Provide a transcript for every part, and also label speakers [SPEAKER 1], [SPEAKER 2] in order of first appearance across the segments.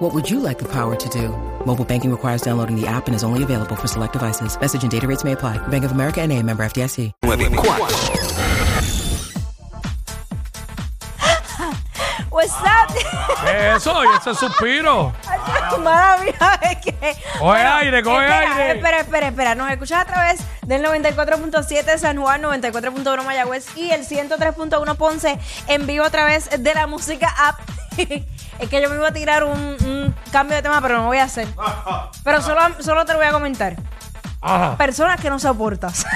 [SPEAKER 1] What would you like the power to do? Mobile banking requires downloading the app and is only available for select devices. Message and data rates may apply. Bank of America and a member FDIC.
[SPEAKER 2] 94.
[SPEAKER 3] What's up?
[SPEAKER 4] ¿Qué es eso? ¿Y ese suspiro?
[SPEAKER 3] Ay, tu madre mía, es que-
[SPEAKER 4] aire, coge
[SPEAKER 3] espera,
[SPEAKER 4] aire.
[SPEAKER 3] Espera, espera, espera. Nos escuchas a través del 94.7 San Juan, 94.1 Mayagüez y el 103.1 Ponce en vivo a través de la música app. es que yo me iba a tirar un, un cambio de tema, pero no lo voy a hacer. Pero solo, solo te lo voy a comentar.
[SPEAKER 4] Ajá.
[SPEAKER 3] Personas que no soportas.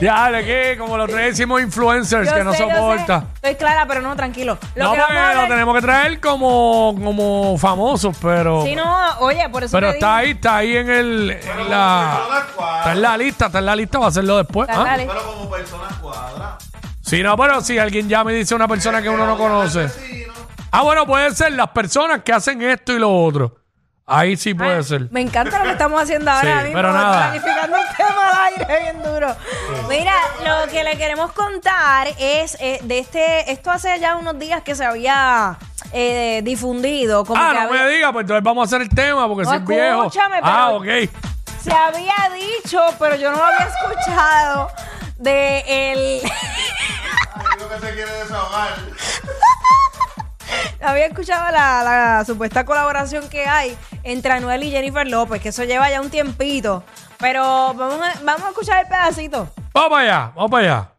[SPEAKER 4] Ya, de que como los tres decimos influencers
[SPEAKER 3] Yo
[SPEAKER 4] que no
[SPEAKER 3] sé, yo sé.
[SPEAKER 4] soporta.
[SPEAKER 3] Estoy clara, pero no, tranquilo. Lo
[SPEAKER 4] No,
[SPEAKER 3] que vamos a
[SPEAKER 4] porque lo
[SPEAKER 3] hablar-
[SPEAKER 4] tenemos que traer como, como famosos, pero.
[SPEAKER 3] Sí, no, oye, por eso
[SPEAKER 4] pero
[SPEAKER 3] te
[SPEAKER 4] está
[SPEAKER 3] digo.
[SPEAKER 4] ahí, está ahí en el. en la, está en la lista, está en la lista, va a hacerlo después.
[SPEAKER 3] Está
[SPEAKER 4] ¿ah?
[SPEAKER 3] dale.
[SPEAKER 5] Pero como persona cuadra.
[SPEAKER 4] Sí, no, pero si alguien ya me dice una persona que uno no conoce. Ah, bueno, puede ser las personas que hacen esto y lo otro. Ahí sí puede ser.
[SPEAKER 3] Ah, Me encanta lo que estamos haciendo ahora
[SPEAKER 4] Sí,
[SPEAKER 3] mismo.
[SPEAKER 4] pero nada.
[SPEAKER 3] Planificando el tema al aire bien duro. Mira, lo que le queremos contar es eh, de este. Esto hace ya unos días que se había eh, difundido. Como
[SPEAKER 4] Ah,
[SPEAKER 3] que
[SPEAKER 4] no
[SPEAKER 3] había-
[SPEAKER 4] me diga, pues entonces vamos a hacer el tema porque
[SPEAKER 3] No,
[SPEAKER 4] si es viejo.
[SPEAKER 3] escúchame,
[SPEAKER 4] ah,
[SPEAKER 3] pero-
[SPEAKER 4] ok.
[SPEAKER 3] Se había dicho, pero yo no lo había escuchado. De el.
[SPEAKER 5] Lo que se quiere desahogar.
[SPEAKER 3] había escuchado la, la supuesta colaboración que hay entre Anuel y Jennifer López, que eso lleva ya un tiempito. Pero vamos a, vamos a escuchar el pedacito.
[SPEAKER 4] Vamos para allá, vamos para allá.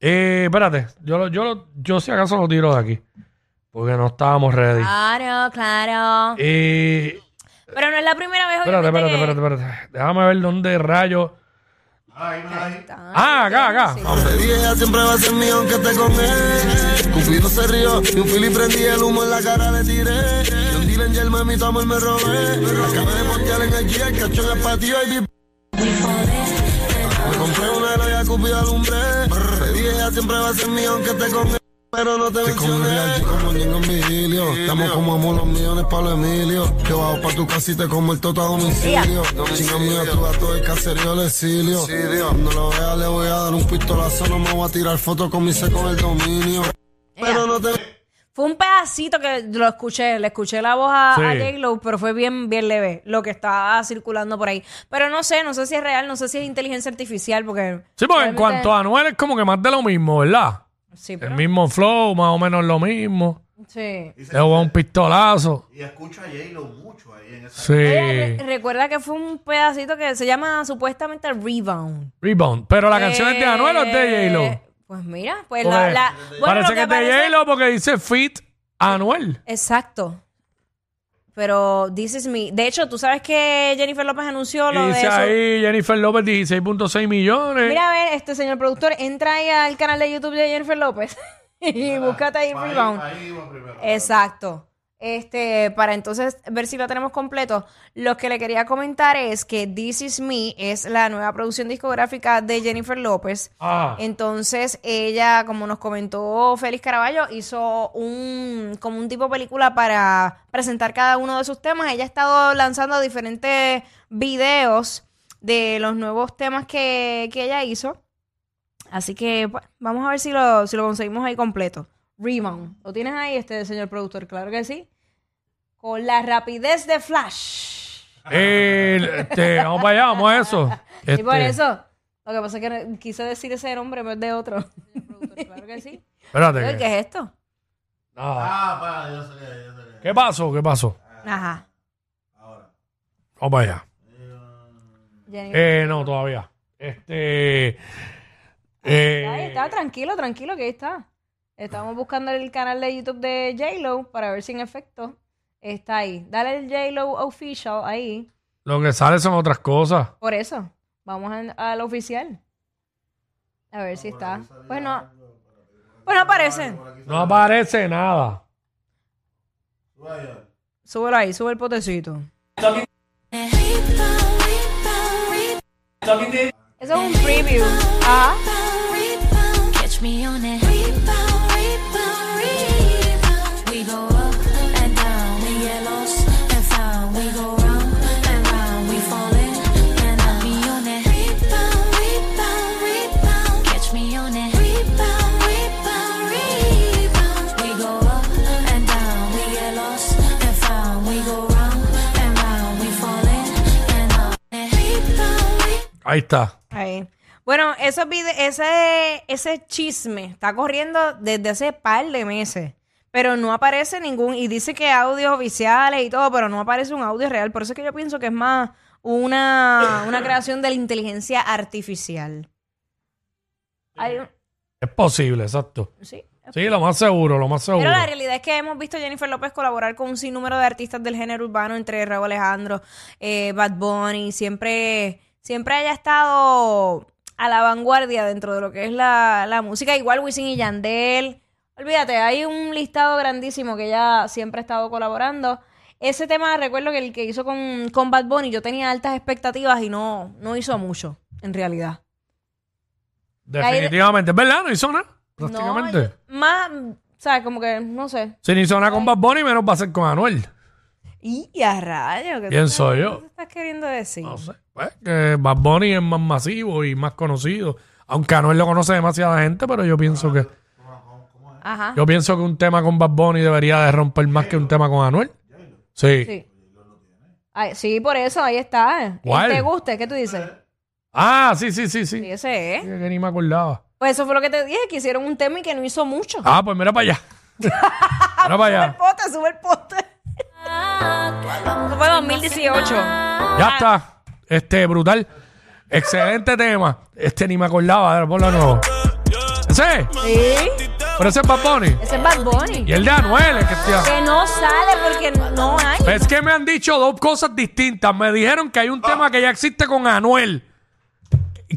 [SPEAKER 4] Eh, espérate, yo, lo- yo, lo- yo si acaso lo tiro de aquí, porque no estábamos ready.
[SPEAKER 3] Ah. Claro, claro.
[SPEAKER 4] Eh,
[SPEAKER 3] Pero no es la primera vez,
[SPEAKER 4] espérate,
[SPEAKER 3] obviamente,
[SPEAKER 4] espérate,
[SPEAKER 3] que-
[SPEAKER 4] espérate, espérate. Déjame ver dónde rayo.
[SPEAKER 5] Ay, ay.
[SPEAKER 4] Ah, acá, acá.
[SPEAKER 3] Sí.
[SPEAKER 4] Vamos.
[SPEAKER 6] Y ella siempre va a ser mío aunque esté con él. Cupido se rió y un fili prendí el humo en la cara le tiré. Yo en Dylan y el mamito amor me robé. Acabé de postear en el guía, el cacho en el patio y vi. Me compré una era y a Cupido alumbré. Brr. Y ella siempre va a ser mío aunque esté con él. Pero no te mencioné Yo como Ñengo en vigilio Estamos como amo los millones Pablo Emilio Que bajo pa' tu casa y te como el toto a domicilio Chinga mía, tu gato del caserío le exilio Cuando lo vea le voy a dar un pistolazo No me voy a tirar fotos con mi seco del dominio Pero no te...
[SPEAKER 3] Fue un pedacito que lo escuché, le escuché la voz a,
[SPEAKER 4] Sí.
[SPEAKER 3] a J-Lo, pero fue bien, bien leve lo que estaba circulando por ahí. Pero no sé, no sé si es real, no sé si es inteligencia artificial, porque...
[SPEAKER 4] Sí, porque en cuanto a Anuel es como que más de lo mismo, ¿verdad?
[SPEAKER 3] Sí,
[SPEAKER 4] El
[SPEAKER 3] pero-
[SPEAKER 4] mismo flow, más o menos lo mismo.
[SPEAKER 3] sí.
[SPEAKER 4] Le jugó un pistolazo.
[SPEAKER 5] Y escucho a J-Lo mucho ahí en esa.
[SPEAKER 4] Sí.
[SPEAKER 3] Oye, re- recuerda que fue un pedacito que se llama supuestamente Rebound.
[SPEAKER 4] Rebound. Pero la canción es de Anuel o es de
[SPEAKER 3] Eh,
[SPEAKER 4] J-Lo.
[SPEAKER 3] Pues mira, pues
[SPEAKER 4] Porque
[SPEAKER 3] la... la- bueno,
[SPEAKER 4] parece
[SPEAKER 3] lo
[SPEAKER 4] que es de
[SPEAKER 3] parece-
[SPEAKER 4] J-Lo porque dice Fit Anuel.
[SPEAKER 3] Exacto. Pero this is me. De hecho, tú sabes que Jennifer López anunció lo
[SPEAKER 4] Y
[SPEAKER 3] de
[SPEAKER 4] dice
[SPEAKER 3] eso.
[SPEAKER 4] ahí Jennifer López 16.6 millones.
[SPEAKER 3] Mira, a ver, este señor productor, entra ahí al canal de YouTube de Jennifer López y búscate ahí
[SPEAKER 5] Ahí,
[SPEAKER 3] Rebound.
[SPEAKER 5] ahí va primero.
[SPEAKER 3] Exacto. Este, para entonces ver si lo tenemos completo, lo que le quería comentar es que This Is Me es la nueva producción discográfica de Jennifer López.
[SPEAKER 4] Ah,
[SPEAKER 3] Entonces, ella, como nos comentó Félix Caraballo, hizo un como un tipo de película para presentar cada uno de sus temas. Ella ha estado lanzando diferentes videos de los nuevos temas que, que ella hizo. Así que pues, vamos a ver si lo, si lo conseguimos ahí completo. Rebound. ¿Lo tienes ahí, este señor productor? Claro que sí. Con la rapidez de Flash.
[SPEAKER 4] el- este, vamos para allá, vamos a eso.
[SPEAKER 3] Y por
[SPEAKER 4] Este,
[SPEAKER 3] eso, lo que pasa es que no- quise decir ese nombre en vez de otro. claro que sí.
[SPEAKER 4] Espérate.
[SPEAKER 3] Oye,
[SPEAKER 4] que-
[SPEAKER 3] ¿Qué es esto?
[SPEAKER 4] Ah,
[SPEAKER 5] Ah, pa, yo sé que, yo sé que.
[SPEAKER 4] ¿Qué pasó? ¿Qué pasó?
[SPEAKER 3] Ajá.
[SPEAKER 4] Vamos para allá.
[SPEAKER 3] Jennifer.
[SPEAKER 4] Eh, no, todavía. Este. eh,
[SPEAKER 3] Ahí está, tranquilo, tranquilo, que ahí está. Estamos buscando el canal de YouTube de J-Lo para ver si en efecto está ahí. Dale el J-Lo official ahí.
[SPEAKER 4] lo que sale son otras cosas.
[SPEAKER 3] Por eso, vamos al- al oficial. A ver si está. Pues no. Pues no aparece.
[SPEAKER 4] No aparece nada.
[SPEAKER 5] Tú ahí, ahí.
[SPEAKER 3] Súbelo ahí, sube el potecito.
[SPEAKER 7] Rebound,
[SPEAKER 2] talking this?
[SPEAKER 3] Eso es un preview. Ah.
[SPEAKER 7] Rebound, catch me on it. Rebound, rebound, rebound. We go up and down, we get lost and found. We go round and round, we fall in and out. Me on it. Rebound, rebound, rebound. Catch me on it. Rebound, rebound, rebound. We go up and down, we get lost and found. We go round and round, we fall in and out. Rebound, rebound.
[SPEAKER 4] Ahí está.
[SPEAKER 3] Ahí. Bueno, esos vide- ese, ese chisme está corriendo desde hace par de meses, pero no aparece ningún, y dice que audios oficiales y todo, pero no aparece un audio real. Por eso es que yo pienso que es más una, una creación de la inteligencia artificial. Hay un-
[SPEAKER 4] Es posible, exacto.
[SPEAKER 3] sí.
[SPEAKER 4] Sí, lo más seguro, lo más seguro.
[SPEAKER 3] Pero la realidad es que hemos visto a Jennifer López colaborar con un sinnúmero de artistas del género urbano, entre Raúl Alejandro, eh, Bad Bunny, siempre, siempre haya estado a la vanguardia dentro de lo que es la, la música, igual Wisin y Yandel. Olvídate, hay un listado grandísimo que ya siempre ha estado colaborando. Ese tema, recuerdo que el que hizo con, con Bad Bunny, yo tenía altas expectativas y no, no hizo mucho, en realidad.
[SPEAKER 4] Definitivamente. ¿Es verdad? No hizo nada.
[SPEAKER 3] No,
[SPEAKER 4] Prácticamente.
[SPEAKER 3] yo- más, ¿sabes? Como que, no sé.
[SPEAKER 4] Si no hizo nada con Bad Bunny, menos va a ser con Anuel.
[SPEAKER 3] Y a rayos. ¿qué tú
[SPEAKER 4] Pienso
[SPEAKER 3] estás-
[SPEAKER 4] yo.
[SPEAKER 3] ¿Qué tú estás queriendo decir?
[SPEAKER 4] No sé. Pues que Bad Bunny es más masivo y más conocido. Aunque Anuel lo conoce demasiada gente, pero yo pienso que
[SPEAKER 3] Ajá.
[SPEAKER 4] yo pienso que un tema con Bad Bunny debería de romper más que un tema con Anuel. Sí.
[SPEAKER 3] Sí. Ay, sí, por eso, ahí está.
[SPEAKER 4] ¿Cuál?
[SPEAKER 3] ¿Y te guste? ¿Qué tú dices?
[SPEAKER 4] Ah, sí, sí, sí, sí.
[SPEAKER 3] Sí, ese es.
[SPEAKER 4] Que ni me acordaba.
[SPEAKER 3] Pues eso fue lo que te dije, que hicieron un tema y que no hizo mucho.
[SPEAKER 4] Ah, pues mira para allá. mira
[SPEAKER 3] Sube
[SPEAKER 4] para
[SPEAKER 3] el
[SPEAKER 4] allá.
[SPEAKER 3] pote, sube el pote. Eso fue 2018.
[SPEAKER 4] Ya está. Este, brutal. Excelente tema. Este ni me acordaba. A ver, ponlo de nuevo. Ese,
[SPEAKER 3] Sí.
[SPEAKER 4] pero ese es Bad Bunny.
[SPEAKER 3] Ese es Bad Bunny.
[SPEAKER 4] Y el de Anuel, es que está.
[SPEAKER 3] Que no sale porque no hay.
[SPEAKER 4] Pues Es que me han dicho dos cosas distintas. Me dijeron que hay un tema que ya existe con Anuel.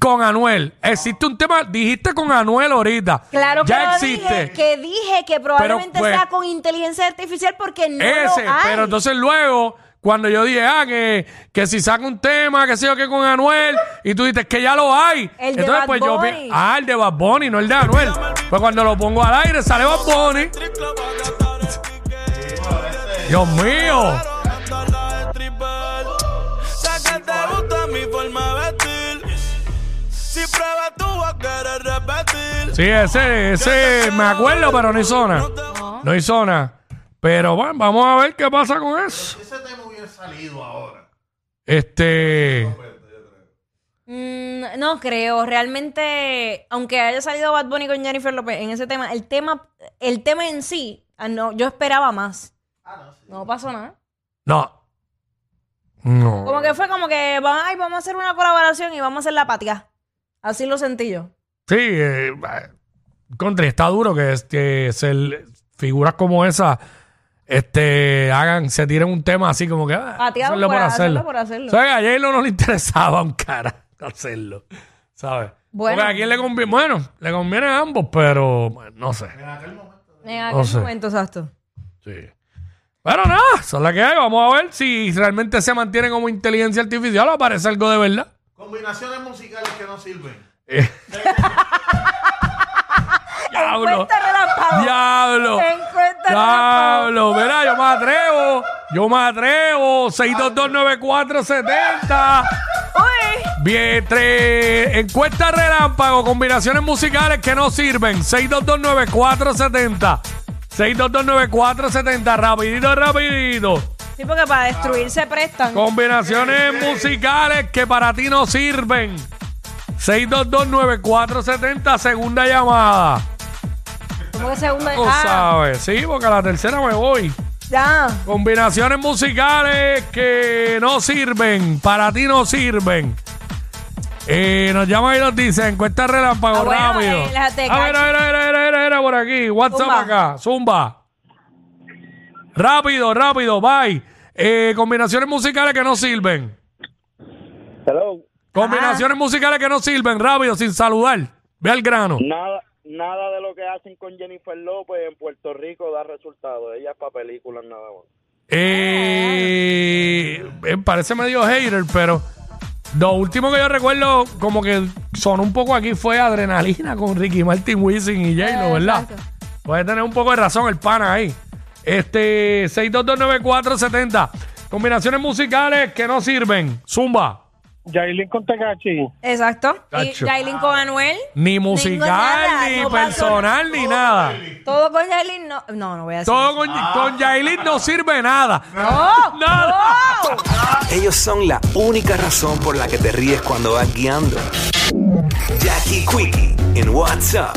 [SPEAKER 4] Con Anuel. Existe un tema, dijiste con Anuel ahorita.
[SPEAKER 3] Claro que
[SPEAKER 4] ya
[SPEAKER 3] lo
[SPEAKER 4] existe.
[SPEAKER 3] dije, que dije que probablemente
[SPEAKER 4] pues-
[SPEAKER 3] sea con inteligencia artificial porque no
[SPEAKER 4] Ese,
[SPEAKER 3] lo hay.
[SPEAKER 4] pero entonces luego, cuando yo dije, ah, que, que si saca un tema, que sé yo, que con Anuel, y tú dices que ya lo hay.
[SPEAKER 3] El de
[SPEAKER 4] entonces,
[SPEAKER 3] Bad
[SPEAKER 4] pues yo
[SPEAKER 3] Bunny.
[SPEAKER 4] pi- ah, el de Bad Bunny, no el de Anuel. Pues cuando lo pongo al aire, sale Bad Bunny. Dios mío.
[SPEAKER 8] Sé que te gusta mi forma de vestir. Si pruebas tú vas a querer repetir.
[SPEAKER 4] Sí, ese, ese, me acuerdo, pero no hizo nada. No hizo nada. Pero bueno, vamos a ver qué pasa con eso.
[SPEAKER 5] Ese tema hubiera salido ahora.
[SPEAKER 4] Este.
[SPEAKER 3] Mm, no creo, realmente, aunque haya salido Bad Bunny con Jennifer López en ese tema, el tema, el tema en sí, ah, no, yo esperaba más. No pasó nada.
[SPEAKER 4] No. No.
[SPEAKER 3] Como que fue como que va- ay, vamos a hacer una colaboración y vamos a hacer la patía. Así lo sentí yo.
[SPEAKER 4] Sí, eh, contra, está duro que, es- que se- figuras como esa este, hagan, se tiren un tema así como que. ah,
[SPEAKER 3] Pateado por
[SPEAKER 4] hacerlo por
[SPEAKER 3] hacerlo,
[SPEAKER 4] hacerlo.
[SPEAKER 3] por hacerlo.
[SPEAKER 4] O sea, a J-Lo no le interesaba un cara hacerlo. ¿Sabes?
[SPEAKER 3] Bueno.
[SPEAKER 4] Porque a quién le conviene. Bueno, le conviene a ambos, pero bueno, no sé.
[SPEAKER 3] En aquel
[SPEAKER 4] sé.
[SPEAKER 3] momento, exacto.
[SPEAKER 4] Sí. Pero nada, esa es la que hay. Vamos a ver si realmente se mantiene como inteligencia artificial o aparece algo de verdad.
[SPEAKER 5] Combinaciones musicales que no sirven.
[SPEAKER 4] Eh. Diablo.
[SPEAKER 3] Cuenta relámpago.
[SPEAKER 4] Diablo.
[SPEAKER 3] Ten cuenta relámpago.
[SPEAKER 4] Diablo. Mira, yo me atrevo. Yo me atrevo. 6229470.
[SPEAKER 3] Uy.
[SPEAKER 4] Bien, tres. Encuesta relámpago. Combinaciones musicales que no sirven. 6229470. 6229470. Rapidito, rapidito.
[SPEAKER 3] Sí, porque para destruir se prestan.
[SPEAKER 4] Combinaciones musicales que para ti no sirven. 6229470, segunda llamada.
[SPEAKER 3] Como que segunda.
[SPEAKER 4] Tú
[SPEAKER 3] Ah,
[SPEAKER 4] sabes, sí, porque a la tercera me voy.
[SPEAKER 3] ya.
[SPEAKER 4] Combinaciones musicales que no sirven, para ti no sirven. Eh, nos llama y nos dice, encuesta relámpago
[SPEAKER 3] Ah, bueno,
[SPEAKER 4] rápido.
[SPEAKER 3] eh, las de
[SPEAKER 4] a ver, a ver, a ver, a ver, a ver, a ver, por aquí. WhatsApp
[SPEAKER 3] Zumba.
[SPEAKER 4] acá, Zumba. Rápido, rápido, bye. Eh, combinaciones musicales que no sirven.
[SPEAKER 9] Hello.
[SPEAKER 3] Ah.
[SPEAKER 4] Combinaciones musicales que no sirven, rápido, sin saludar. Ve al grano.
[SPEAKER 9] Nada, nada de lo que hacen con Jennifer López en Puerto Rico da resultado. Ella es para películas nada más.
[SPEAKER 4] Eh, eh, parece medio hater, pero Lo último que yo recuerdo, como que sonó un poco aquí, fue adrenalina con Ricky Martin, Wisin y J-Lo, ¿verdad?
[SPEAKER 3] Eh, exacto.
[SPEAKER 4] Puede tener un poco de razón el pana ahí. Este, 6229470. Combinaciones musicales que no sirven. Zumba.
[SPEAKER 9] Yailin con Tecachi.
[SPEAKER 3] Exacto. Y
[SPEAKER 4] Cacho.
[SPEAKER 3] Yailin con Anuel.
[SPEAKER 4] Ni musical,
[SPEAKER 3] nada,
[SPEAKER 4] ni
[SPEAKER 3] no pasó
[SPEAKER 4] personal, ni nada.
[SPEAKER 3] Todo con Yailin no. No, no voy a decir.
[SPEAKER 4] Todo con, con Yailin no sirve nada.
[SPEAKER 3] ¡No!
[SPEAKER 4] Nada.
[SPEAKER 3] ¡No!
[SPEAKER 8] Ellos son la única razón por la que te ríes cuando vas guiando. Jackie Quickie en WhatsApp